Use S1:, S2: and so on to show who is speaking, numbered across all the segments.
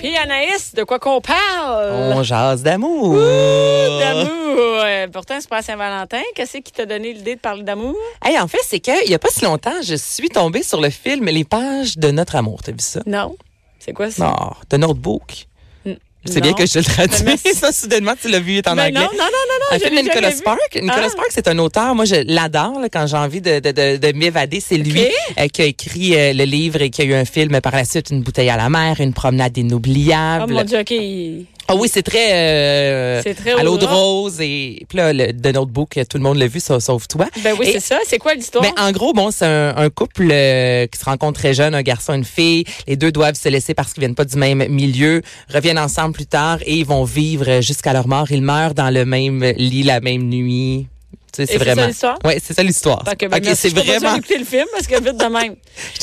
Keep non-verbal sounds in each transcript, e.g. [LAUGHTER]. S1: Puis Anaïs, de quoi qu'on parle?
S2: On jase d'amour.
S1: Euh, Ouh, D'amour! Euh, Pourtant, c'est pas à Saint-Valentin. Qu'est-ce qui t'a donné l'idée de parler d'amour?
S2: Hey, en fait, c'est qu'il y a pas si longtemps, je suis tombée sur le film Les pages de notre amour. T'as vu ça?
S1: Non. C'est quoi ça?
S2: Non, de Notebook. C'est
S1: Non.
S2: bien que je te le traduis.
S1: merci.
S2: [LAUGHS] Ça, soudainement, tu l'as vu, il est en
S1: Ben
S2: anglais.
S1: non, non, non, non, non.
S2: Un
S1: je
S2: film de
S1: l'ai
S2: Nicolas
S1: jamais vu.
S2: Spark. Nicolas
S1: Ah.
S2: Spark, c'est un auteur. Moi, je l'adore là, quand j'ai envie de, de, de, de m'évader. C'est lui euh, qui a écrit euh, le livre et qui a eu un film par la suite, Une bouteille à la mer, Une promenade
S1: Oh
S2: inoubliable.
S1: mon Dieu, OK. il-
S2: Ah oui, c'est très, euh,
S1: C'est très
S2: à l'eau de
S1: aurore.
S2: rose et puis là, le, de Notebook, tout le monde l'a vu, sa- sauf toi.
S1: Ben oui,
S2: Et-
S1: c'est ça. C'est quoi l'histoire?
S2: ben, en gros, bon, c'est un, un couple euh, qui se rencontre très jeune, un garçon et une fille. Les deux doivent se laisser parce qu'ils viennent pas du même milieu, reviennent ensemble plus tard et ils vont vivre jusqu'à leur mort. Ils meurent dans le même lit la même nuit. Tu sais,
S1: Et
S2: c'est
S1: c'est ça
S2: vraiment.
S1: l'histoire?
S2: ouais, c'est ça l'histoire.
S1: Fait que, ben,
S2: Ok,
S1: merci,
S2: c'est
S1: je suis pas
S2: vraiment.
S1: besoin d'écouter le film parce que vite de même.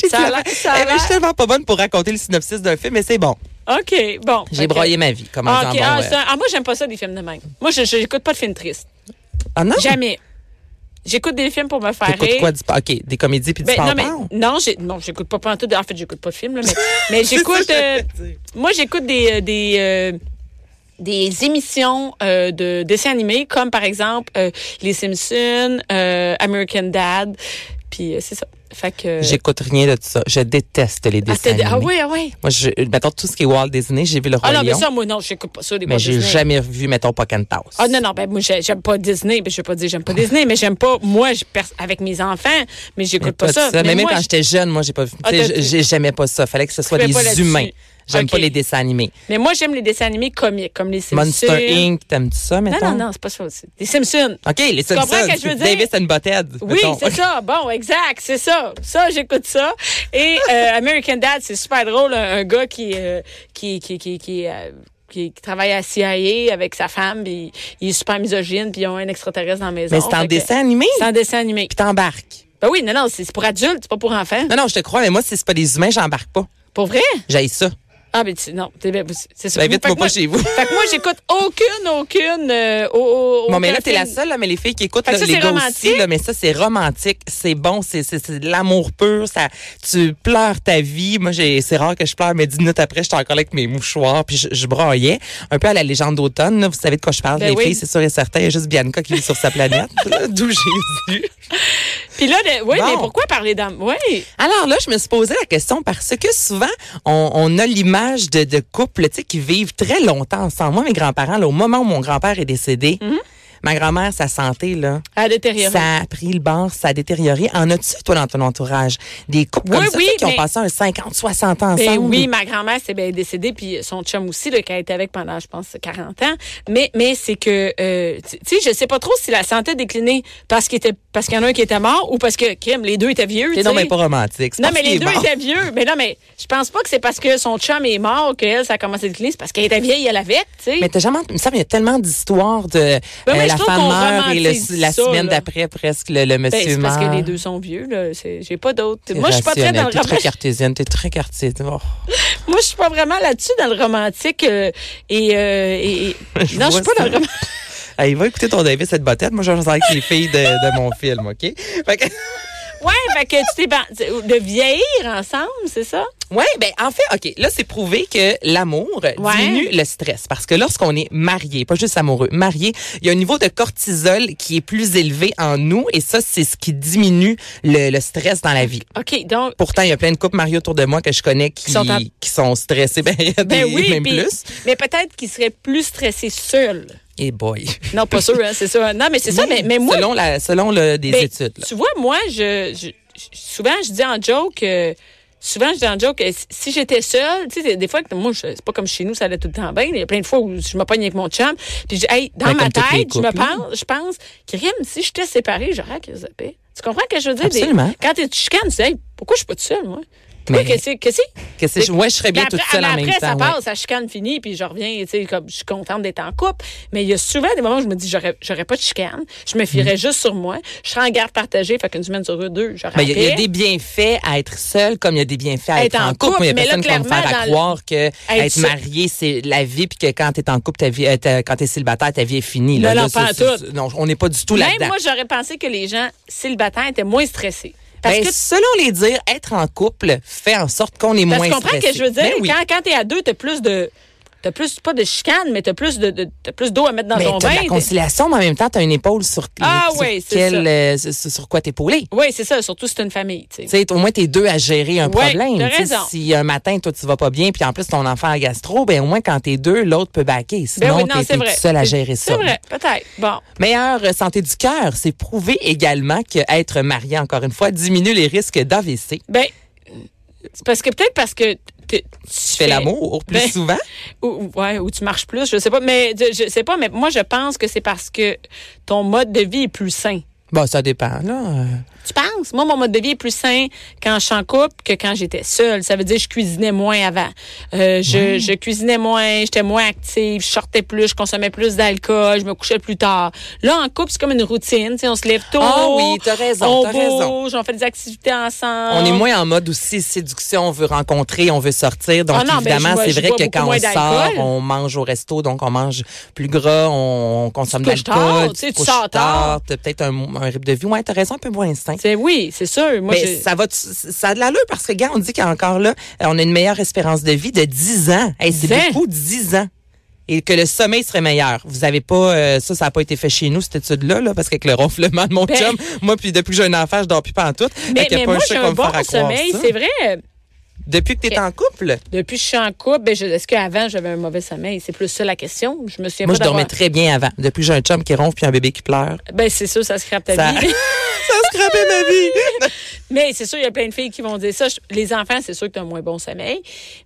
S1: ça
S2: [LAUGHS]
S1: a l'air- ça a
S2: Eh ben, je suis
S1: l'air-
S2: tellement pas bonne pour raconter le synopsis d'un film, mais c'est bon.
S1: OK, bon.
S2: J'ai
S1: Ok.
S2: broyé ma vie, comme on
S1: Ah,
S2: dit en
S1: ok.
S2: bon,
S1: Ah,
S2: euh,
S1: c'est un- ah, moi, j'aime pas ça, des films de même. Moi, je- je- j'écoute pas de films tristes.
S2: Ah non?
S1: Jamais. J'écoute des films pour me faire
S2: T'écoutes
S1: rire.
S2: quoi du pa- OK, des comédies puis du
S1: Ben, non, mais,
S2: pampon?
S1: non, j'ai- non, j'écoute pas pas en tout. En fait, j'écoute pas de films, là,
S2: [LAUGHS]
S1: mais, mais j'écoute. euh, moi, j'écoute des, euh, des, euh, des émissions euh, de dessins animés, comme par exemple euh, Les Simpsons, euh, American Dad. Puis euh, c'est ça. Fait que.
S2: J'écoute rien de tout ça. Je déteste les
S1: ah,
S2: dessins
S1: t'as- ah
S2: animés.
S1: oui, ah oui.
S2: Moi, je, mettons, tout ce qui est Walt Disney, j'ai vu le Roi
S1: Ah non, mais
S2: Lion,
S1: ça, moi, non, j'écoute pas ça des
S2: mais
S1: Walt
S2: j'ai
S1: Disney.
S2: jamais vu, mettons, Puck and Toss.
S1: Ah non, non, ben moi, j'ai- j'aime pas Disney. Ben, je vais pas dire j'aime pas Disney, mais j'aime pas, moi, je perce- avec mes enfants, mais j'écoute pas,
S2: Pas
S1: ça.
S2: de Mais, même
S1: moi,
S2: quand
S1: je-
S2: j'étais jeune, moi, j'ai pas vu.
S1: Ah,
S2: tu sais,
S1: t'as dit-
S2: j'ai- J'aimais pas ça. Fallait que ce soit
S1: Tu fais
S2: des
S1: pas là-dessus.
S2: humains. J'aime pas
S1: Ok.
S2: les dessins animés.
S1: mais moi, j'aime les dessins animés comiques, comme les Simpsons.
S2: Monster Inc., t'aimes-tu ça,
S1: Non,
S2: mettons?
S1: non, non, c'est pas ça. c'est Des Simpsons.
S2: OK, les
S1: comprends
S2: Simpsons.
S1: ce que je veux dire?
S2: Davis and Butthead.
S1: Oui,
S2: mettons.
S1: c'est ça. Bon, exact, c'est ça. Ça, j'écoute ça. Et euh, American Dad, c'est super drôle. Un, un gars qui, euh, qui, qui, qui, qui, euh, qui- qui travaille à CIA avec sa femme, puis il est super misogyne, puis ils ont un extraterrestre dans la maison.
S2: [LAUGHS] Mais c'est en
S1: Fait que-
S2: dessin animé?
S1: C'est en dessin animé.
S2: Puis t'embarques.
S1: Ben oui, non, non, c'est c'est pour adultes, c'est pas pour enfants.
S2: Non, non, je te crois, mais moi, si c'est pas des humains, j'embarque pas.
S1: Pour vrai?
S2: J'aille ça.
S1: Ah, ben tu- non, t'es bien- c'est ça.
S2: Ben, vite,
S1: Fait que
S2: moi, pas chez vous.
S1: Fait que moi, j'écoute aucune, aucune. euh, au- au-
S2: Bon, mais
S1: aucun
S2: là, t'es la
S1: film.
S2: seule, là, mais les filles qui écoutent,
S1: Fait que
S2: là,
S1: ça,
S2: les
S1: c'est
S2: gars
S1: romantique.
S2: aussi, là, mais ça, c'est romantique, c'est bon, c'est c'est- c'est de l'amour pur, ça, tu pleures ta vie. Moi, j'ai- c'est rare que je pleure, mais dix minutes après, j'étais encore là avec mes mouchoirs, puis je, je broyais. Un peu à la légende d'automne, là, vous savez de quoi je parle,
S1: Ben
S2: les
S1: oui.
S2: filles, c'est sûr et certain, il y a juste Bianca qui vit sur
S1: [LAUGHS]
S2: sa planète, là, d'où Jésus.
S1: Puis là, de- oui,
S2: Bon.
S1: mais pourquoi parler d'amour? Oui.
S2: Alors là, je me suis posé la question parce que souvent, on, on a l'image de, de couples tu sais, qui vivent très longtemps ensemble. Moi, mes grands-parents, là, au moment où mon grand-père est décédé,
S1: Mm-hmm.
S2: ma grand-mère, sa santé, là,
S1: À détériorer.
S2: Ça a pris le bord, ça a détérioré. En as-tu, toi, dans ton entourage, des couples
S1: Oui,
S2: comme ça
S1: oui,
S2: tu sais, qui
S1: mais-
S2: ont passé un 50, 60 ans ensemble?
S1: Ben oui, ma grand-mère s'est bien décédée, puis son chum aussi, là, qui a été avec pendant, je pense, 40 ans. Mais, mais c'est que, euh, tu tu sais, je sais pas trop si la santé a décliné parce qu'il était, parce qu'il y en a un qui était mort ou parce que, Kim, les deux étaient vieux.
S2: T'es non,
S1: tu sais.
S2: mais pas romantique. c'est
S1: Non,
S2: parce
S1: mais les
S2: qu'il est
S1: deux
S2: mort.
S1: étaient vieux. Mais non, mais je pense pas que c'est parce que son chum est mort qu'elle, ça a commencé à décliner. C'est parce qu'elle était vieille, elle avait, tu sais.
S2: Mais t'as jamais, il me semble, il y a tellement d'histoires de euh,
S1: Ben oui, je
S2: la
S1: trouve
S2: femme
S1: qu'on
S2: meurt et le-
S1: romantise
S2: la
S1: ça,
S2: semaine
S1: là.
S2: d'après, presque, le, le
S1: Ben,
S2: monsieur
S1: c'est parce
S2: meurt.
S1: que les deux sont vieux, là. C'est- J'ai pas d'autres. Moi, je suis pas très dans le
S2: T'es très
S1: [LAUGHS] romantique.
S2: cartésienne, t'es très cartésienne. Oh.
S1: Moi, je suis pas vraiment là-dessus dans le romantique. euh, et, euh, et- et-
S2: [LAUGHS] Je
S1: non, je suis
S2: vois
S1: pas dans
S2: ça.
S1: le romantique.
S2: Hey, va écouter ton David cette bottette. Moi, je vais avec les filles de, de mon film, OK? Fait que-
S1: Ouais, fait que tu t'es ban- de vieillir ensemble, c'est ça?
S2: Oui, ben en fait, OK, là, c'est prouvé que l'amour diminue le stress. Parce que lorsqu'on est marié, pas juste amoureux, marié, il y a un niveau de cortisol qui est plus élevé en nous et ça, c'est ce qui diminue le, le stress dans la vie.
S1: OK, donc.
S2: Pourtant, il y a plein de couples mariés autour de moi que je connais qui,
S1: Qui sont en-
S2: qui sont stressés, ben,
S1: Ben
S2: des-
S1: oui,
S2: même
S1: puis-
S2: plus.
S1: mais peut-être qu'il serait plus stressé seul.
S2: Et boy.
S1: Non, pas sûr, hein, c'est ça. Non, mais c'est ça, mais, mais
S2: [LAUGHS]
S1: moi,
S2: Selon, la, selon le, des
S1: ben,
S2: études. là.
S1: tu vois, moi, je, je- je- souvent, je dis en joke, euh, souvent, je dis en joke, euh, si- si j'étais seule, tu sais, des fois, que moi, je- c'est pas comme chez nous, ça allait tout le temps bien. Il y a plein de fois où je me pogne avec mon chum, puis je dis, hey, dans
S2: Ben,
S1: ma
S2: comme tous les
S1: tête, je me
S2: couples, là.
S1: pense, je pense, Krim, si j'étais séparée, j'aurais que zappé. Tu comprends ce que je veux dire? Des-
S2: Absolument.
S1: quand t'es tu chicanes, tu dis, hey, pourquoi je suis pas toute seule, moi? Oui, que c'est, que c'est.
S2: Que c'est- ouais, je serais bien
S1: Mais
S2: toute
S1: après-
S2: seule en
S1: mais
S2: même
S1: après,
S2: temps.
S1: ça
S2: ouais.
S1: passe, la chicane finie, puis je reviens, tu sais, comme je suis contente d'être en couple. Mais il y a souvent des moments où je me dis, j'aurais, j'aurais pas de chicane, je me
S2: Mhm.
S1: fierais juste sur moi, je serais en garde partagée, fait qu'une semaine sur deux, j'aurais
S2: Ben, Il y, a- il y a des bienfaits à être seul, comme il y a des bienfaits à être, en couple. Moi, Il y a
S1: mais là,
S2: personne qui va me faire
S1: clairement,
S2: à
S1: dans-
S2: croire que être
S1: seul-
S2: marié, c'est la vie, puis que quand t'es en couple, ta vie, euh, ta- quand t'es célibataire, ta vie est finie. là.
S1: Non, non,
S2: Là,
S1: pas
S2: c'est-
S1: en tout.
S2: c'est- non, on n'est pas du tout
S1: Même
S2: là-dedans.
S1: moi, j'aurais pensé que les gens célibataires étaient moins stressés. Parce
S2: Ben,
S1: que
S2: selon les dires, être en couple fait en sorte qu'on est
S1: Parce
S2: moins
S1: que tu comprends
S2: stressé.
S1: que je veux dire,
S2: Ben oui.
S1: quand, quand t'es à deux, t'as plus de. T'as plus, pas de chicane, mais t'as plus de, de- t'as plus d'eau à mettre dans
S2: Ben,
S1: ton
S2: t'as de la
S1: vin.
S2: conciliation, mais en même temps, t'as une épaule sur,
S1: Ah
S2: sur,
S1: oui, c'est
S2: quelle,
S1: ça.
S2: euh, sur- sur quoi t'épauler.
S1: Oui, c'est ça, surtout si t'as une famille, tu sais.
S2: Tu sais, au moins, t'es deux à gérer
S1: Ouais,
S2: un problème.
S1: t'as
S2: Tu sais,
S1: raison.
S2: Si un matin, toi, tu vas pas bien, puis en plus, ton enfant a gastro, ben au moins, quand t'es deux, l'autre peut baquer.
S1: Ben
S2: Sinon,
S1: oui,
S2: t'es-
S1: non,
S2: t'es
S1: c'est vrai.
S2: tout seul à
S1: C'est-
S2: gérer ça.
S1: C'est vrai, peut-être. Bon.
S2: Meilleure euh, santé du cœur, c'est prouvé également qu'être marié, encore une fois, diminue les risques d'AVC.
S1: Ben, c'est parce que peut-être parce que. Tu
S2: Tu fais l'amour plus
S1: Ben,
S2: souvent.
S1: Ou, ou- ouais, ou tu marches plus, je sais pas. Mais je, je sais pas, mais moi, je pense que c'est parce que ton mode de vie est plus sain.
S2: Bon, ça dépend, là. Euh,
S1: Tu penses? Moi, mon mode de vie est plus sain quand je suis en couple que quand j'étais seule. Ça veut dire que je cuisinais moins avant. Euh, je, je cuisinais moins, j'étais moins active, je sortais plus, je consommais plus d'alcool, je me couchais plus tard. Là, en couple, c'est comme une routine. tu sais, on se lève tôt.
S2: Ah oui, t'as raison,
S1: On
S2: t'as raison.
S1: bouge, on fait des activités ensemble.
S2: On est moins en mode aussi séduction, on veut rencontrer, on veut sortir. Donc
S1: Ah non, ben, je
S2: évidemment,
S1: bois-
S2: c'est
S1: je
S2: vrai
S1: bois
S2: que
S1: beaucoup
S2: quand
S1: moins
S2: on sort,
S1: d'alcool.
S2: on mange au resto, donc on mange plus gras, on, on consomme
S1: Tu te couches tard,
S2: d'alcool.
S1: tu sais,
S2: te
S1: tu
S2: couches
S1: sors tard.
S2: t'as peut-être un, un rythme de vie. Ouais, t'as raison, un peu moins sain.
S1: C'est- Oui, c'est sûr. Moi,
S2: Mais
S1: je-
S2: ça va, tu- ça a de l'allure parce que, gars, on dit qu'encore là, euh, on a une meilleure espérance de vie de 10 ans. Hey, c'est
S1: 10 ans?
S2: beaucoup, 10 ans. Et que le sommeil serait meilleur. Vous avez pas, euh, ça, ça n'a pas été fait chez nous, cette étude-là, là, parce qu'avec le ronflement de mon
S1: Ben.
S2: chum, moi, puis depuis que j'ai un enfant, je dors plus pantoute.
S1: mais,
S2: Fait qu'il y a
S1: mais
S2: pas
S1: moi,
S2: un
S1: j'ai
S2: chat
S1: un
S2: qu'on me
S1: bon
S2: fera croire
S1: sommeil,
S2: ça.
S1: c'est vrai.
S2: Depuis que tu es en couple,
S1: Depuis que je suis en couple, ben, je- est-ce qu'avant, j'avais un mauvais sommeil? C'est plus ça la question. Je me souviens
S2: moi,
S1: pas
S2: je dormais
S1: d'avoir-
S2: très bien avant. Depuis que j'ai un chum qui ronfle puis un bébé qui pleure,
S1: Ben, c'est sûr, ça scrape ta
S2: [LAUGHS] ça, ça
S1: vie. [LAUGHS]
S2: scrapait ma vie.
S1: Mais c'est sûr, il y a plein de filles qui vont dire ça. Je- Les enfants, c'est sûr que t'as un moins bon sommeil.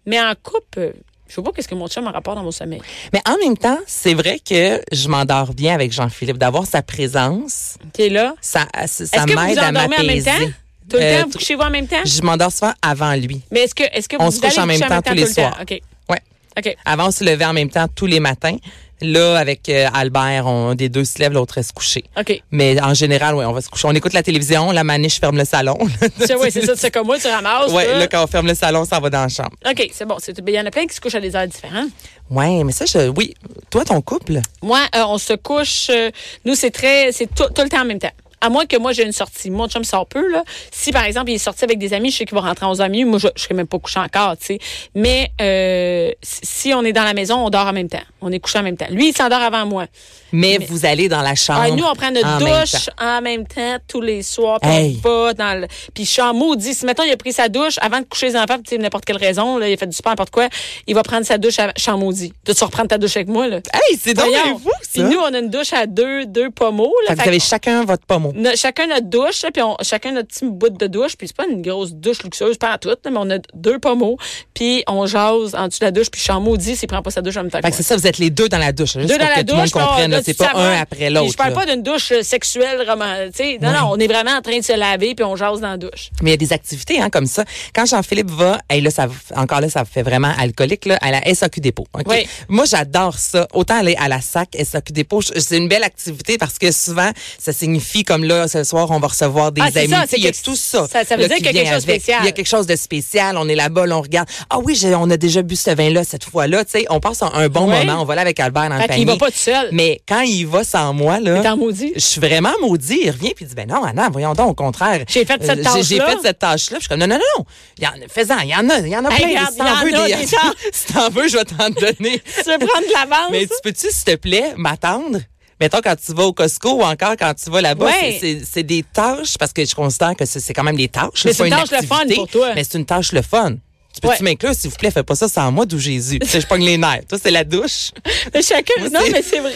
S1: Mais en couple, euh, je sais pas qu'est-ce que mon chum en rapport dans mon sommeil.
S2: Mais en même temps, c'est vrai que je m'endors bien avec Jean-Philippe. D'avoir sa présence,
S1: T'es là.
S2: ça, euh, ça
S1: Est-ce que vous
S2: m'aide
S1: vous
S2: à
S1: endormez en même
S2: m'apaiser.
S1: temps? Tout le
S2: Euh,
S1: temps? Vous couchez-vous en même temps?
S2: Je m'endors souvent avant lui.
S1: Mais est-ce que, est-ce que vous
S2: On se
S1: allez
S2: couche en
S1: vous
S2: même
S1: coucher
S2: temps tous les
S1: tout le temps?
S2: soirs.
S1: OK.
S2: Ouais.
S1: OK.
S2: Avant, on se levait en même temps tous les matins. Là, avec euh, Albert, on, un des deux se lève, l'autre reste couché.
S1: OK.
S2: Mais en général, ouais, on va se coucher. On écoute la télévision, la maniche, je ferme le salon. [LAUGHS]
S1: Ça, ouais, c'est ça, c'est comme moi, tu ramasses.
S2: ouais,
S1: là.
S2: là, quand on ferme le salon, ça va dans la chambre.
S1: OK, c'est bon. c'est- Ben, Il y en a plein qui se couchent à des heures différentes.
S2: Ouais, mais ça, je, oui. Toi, ton couple?
S1: Moi, euh, on se couche. euh, nous, c'est très, c'est tout, tout le temps en même temps. À moins que moi, j'ai une sortie. Mon chum sort peu, là. Si, par exemple, il est sorti avec des amis, je sais qu'il va rentrer à 11 amis. Moi, je, je serais même pas couché encore, tu sais. Mais, euh, si- si on est dans la maison, on dort en même temps. On est couché en même temps. Lui, il s'endort avant moi.
S2: Mais, vous allez dans la chambre.
S1: Ah, nous, on prend notre
S2: en même
S1: douche
S2: temps.
S1: en même temps tous les soirs. Puis
S2: Hey.
S1: on va dans le. Puis je suis en maudit. Si, mettons, il a pris sa douche avant de coucher les enfants, puis tu sais, n'importe quelle raison, là, il a fait du sport, n'importe quoi, il va prendre sa douche. avant- Je suis en maudit. Tu vas reprendre ta douche avec moi, là.
S2: Hey, c'est donc
S1: Voyons.
S2: vous,
S1: Puis
S2: ça.
S1: nous, on a une douche à deux, deux pommeaux. Là,
S2: Fait que
S1: Fait
S2: vous avez
S1: que
S2: chacun votre pommeau.
S1: on a chacun notre douche, là, puis on, chacun notre petit bout de douche. Puis c'est pas une grosse douche luxueuse, pas à toute, là, mais on a deux pommeaux. Puis on jase en dessous de la douche, puis je suis en maudit s'il prend pas sa douche en même temps. que
S2: Fait
S1: moi.
S2: que Ben, c'est ça, vous êtes les deux dans la douche. Juste
S1: Deux dans
S2: pour
S1: la
S2: que tout le monde
S1: douche, puis on-
S2: comprenne. là,
S1: là,
S2: C'est
S1: tu
S2: pas
S1: savons.
S2: un après
S1: Puis
S2: l'autre.
S1: Je parle
S2: là.
S1: pas d'une douche euh, sexuelle, romantique. tu sais. Non, non, on est vraiment en train de se laver, puis on jase dans la douche.
S2: Mais il y a des activités hein, comme ça. Quand Jean-Philippe va, hey, là, ça, encore là, ça fait vraiment alcoolique là, à la SAQ dépôt. ok?
S1: Oui.
S2: Moi, j'adore ça. Autant aller à la SAC, SAQ dépôt, je- c'est une belle activité parce que souvent, ça signifie comme là, ce soir, on va recevoir des
S1: Ah, c'est
S2: amis.
S1: ça, c'est
S2: il y a
S1: quelque-
S2: tout ça.
S1: ça- ça veut
S2: là,
S1: dire
S2: qui
S1: qu'il y a
S2: vient
S1: quelque chose de
S2: avec.
S1: spécial.
S2: Il y a quelque chose de spécial. On est là-bas, là, on regarde. Ah oui, j'ai- on a déjà bu ce vin-là cette fois-là. Tu sais, on passe un, un bon
S1: Oui.
S2: moment. On va là avec Albert en
S1: Fait qu'il
S2: famille.
S1: va pas tout seul.
S2: Mais quand il va sans moi, là.
S1: T'es en
S2: [LAUGHS]
S1: maudit.
S2: Je suis vraiment maudit. Il revient puis il dit ben non, Anna, voyons donc, au contraire.
S1: J'ai fait cette
S2: Euh, j'ai- J'ai
S1: tâche-là.
S2: fait cette tâche-là. Puis Je suis comme non, non, non, non. Il y en a, fais-en, il y en a, il y en a
S1: Hey,
S2: plein.
S1: regarde, il
S2: si
S1: y
S2: t'en
S1: en
S2: veux,
S1: a
S2: des- [LAUGHS]
S1: des gens.
S2: si t'en veux, je vais t'en donner.
S1: [LAUGHS] Tu veux prendre de l'avance?
S2: Mais tu peux-tu, s'il te plaît, m'attendre? Mettons, quand tu vas au Costco ou encore quand tu vas là-bas,
S1: Ouais.
S2: c'est- c'est- c'est des tâches, parce que je considère que c'est c'est quand même des tâches.
S1: Mais
S2: pas
S1: c'est une tâche le fun
S2: activité,
S1: pour toi.
S2: Mais c'est une tâche le fun. Tu peux-tu
S1: Ouais.
S2: m'inclure, s'il vous plaît? Fais pas ça sans moi, d'où Jésus. Tu sais, je pogne les nerfs. Toi, c'est la douche.
S1: Mais chacun.
S2: Moi,
S1: non,
S2: c'est-
S1: mais c'est vrai.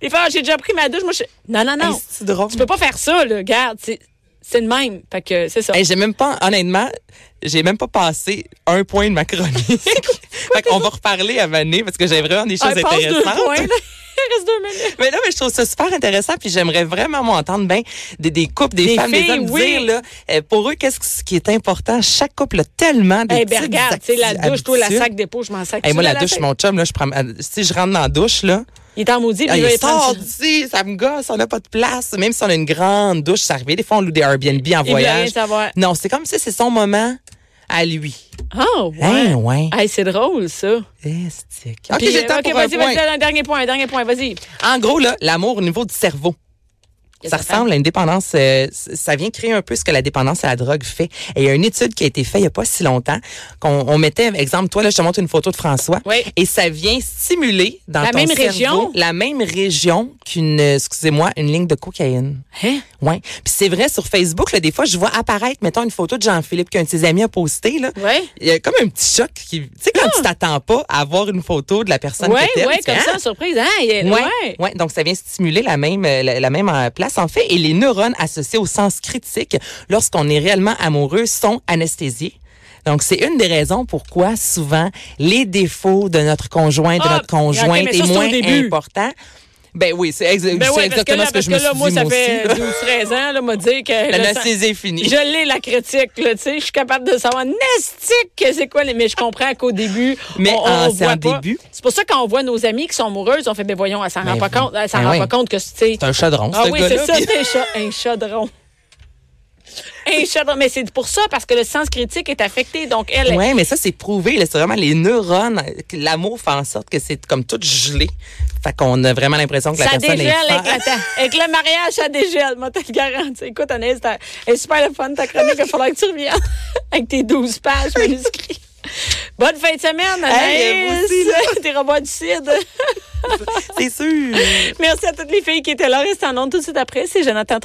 S1: Les fois, Ah, j'ai déjà pris ma douche. Moi, je... Non, non, non.
S2: Hey, c'est drôle.
S1: Tu peux pas faire ça, là. Regarde, c'est c'est le même. Fait que c'est ça.
S2: Hey, Ben, j'ai même pas, honnêtement, j'ai même pas passé un point de ma chronique. fait qu'on va reparler à Mané parce que j'ai vraiment des choses
S1: Ah, passe deux
S2: intéressantes.
S1: points, là. [LAUGHS] juste deux minutes.
S2: Mais non, mais je trouve ça super intéressant, puis j'aimerais vraiment m'entendre bien des, des couples, des,
S1: Des
S2: femmes, des
S1: filles,
S2: hommes
S1: oui.
S2: dire, là, euh, pour eux, qu'est-ce qui- qui est important? Chaque couple a tellement de
S1: Eh
S2: petites
S1: ben regarde, tu sais, la
S2: acti-
S1: douche, toi, la
S2: habitudes.
S1: sac dépôt, je m'en sac.
S2: Hey, moi, la
S1: Tu
S2: douche,
S1: sais,
S2: mon chum, là, je prends, ma- si je rentre dans la douche, là,
S1: Il est en maudit,
S2: ah,
S1: puis
S2: il
S1: là, il prend
S2: sort
S1: une-
S2: d'ici, ça me gosse, on n'a pas de place. Même si on a une grande douche, ça arrive. Des fois, on loue des Airbnb
S1: Il
S2: en
S1: veut rien
S2: voyage.
S1: savoir.
S2: Non, c'est comme ça, c'est son moment à lui.
S1: Oh, ouais.
S2: Hein, ouais.
S1: Hey, c'est drôle, ça.
S2: Estique. OK,
S1: Puis, euh,
S2: j'ai le temps
S1: OK,
S2: pour un
S1: vas-y, vas-y,
S2: point.
S1: un dernier point, un dernier point, vas-y.
S2: En gros, là, l'amour au niveau du cerveau. Ça ressemble à une dépendance. euh, c- ça vient créer un peu ce que la dépendance à la drogue fait. Et il y a une étude qui a été faite il n'y a pas si longtemps qu'on on mettait, exemple, toi, là, je te montre une photo de François.
S1: Oui.
S2: Et ça vient stimuler dans
S1: La
S2: ton
S1: même
S2: cerveau
S1: région?
S2: la même région qu'une, euh, excusez-moi, une ligne de cocaïne.
S1: Hein?
S2: Ouais. Puis c'est vrai sur Facebook là, des fois je vois apparaître mettons une photo de Jean-Philippe qu'un de ses amis a posté là.
S1: Ouais. Ah!
S2: Il y a comme un petit choc qui tu sais quand tu t'attends pas à voir une photo de la personne
S1: Ouais,
S2: que t'aimes,
S1: ouais,
S2: tu
S1: comme
S2: fais,
S1: ça,
S2: Ah!
S1: en surprise. Hein? il est-
S2: Ouais,
S1: ouais.
S2: ouais, donc ça vient stimuler la même euh, la, la même euh, place en fait et les neurones associés au sens critique lorsqu'on est réellement amoureux sont anesthésiés. Donc c'est une des raisons pourquoi souvent les défauts de notre conjoint de
S1: Ah,
S2: notre conjointe
S1: ok, mais ça,
S2: est
S1: c'est au
S2: moins
S1: début.
S2: important. Ben oui, c'est exa-
S1: Ben
S2: c'est
S1: ouais, parce que
S2: exactement
S1: là,
S2: ce que
S1: parce
S2: je
S1: que
S2: me suis
S1: là,
S2: dit
S1: moi, ça
S2: moi
S1: fait
S2: aussi.
S1: 12-13 ans, là, m'a dit que. là, ça-
S2: L'anesthésie est finie.
S1: Je l'ai la critique, là, tu sais. Je suis capable de savoir nestique que c'est quoi. les- Mais je comprends qu'au début,
S2: Mais,
S1: on, on
S2: ah, c'est
S1: voit
S2: en
S1: pas.
S2: début.
S1: C'est pour ça qu'on voit nos amis qui sont amoureuses, on fait, ben voyons, elle s'en rend
S2: Ben
S1: pas
S2: oui.
S1: compte. Elle s'en
S2: Ben
S1: rend
S2: oui.
S1: pas compte que, tu sais.
S2: C'est un chaudron,
S1: Ah
S2: ce
S1: oui,
S2: gars-là.
S1: c'est ça,
S2: Puis-
S1: c'est un, cha- un chaudron. un chaudron. Mais c'est pour ça, parce que le sens critique est affecté. Donc, elle.
S2: Ouais, mais ça, c'est prouvé. là. C'est vraiment les neurones. euh, que L'amour fait en sorte que c'est comme tout gelé. Fait qu'on a vraiment l'impression que la
S1: Ça
S2: personne
S1: dégèle
S2: est
S1: avec, la ta- avec le mariage, ça dégèle, moi, te le garantis. Écoute, Anaïs, t'as- elle est super le fun, ta chronique, il va falloir que tu reviennes [LAUGHS] avec tes 12 pages manuscrites. Bonne fin de semaine,
S2: Hey, vous
S1: Anaïs!
S2: aussi,
S1: [LAUGHS] Tes robots du CID.
S2: [LAUGHS] C'est sûr.
S1: Merci à toutes les filles qui étaient là. Restez en ondes tout de suite après. C'est Jonathan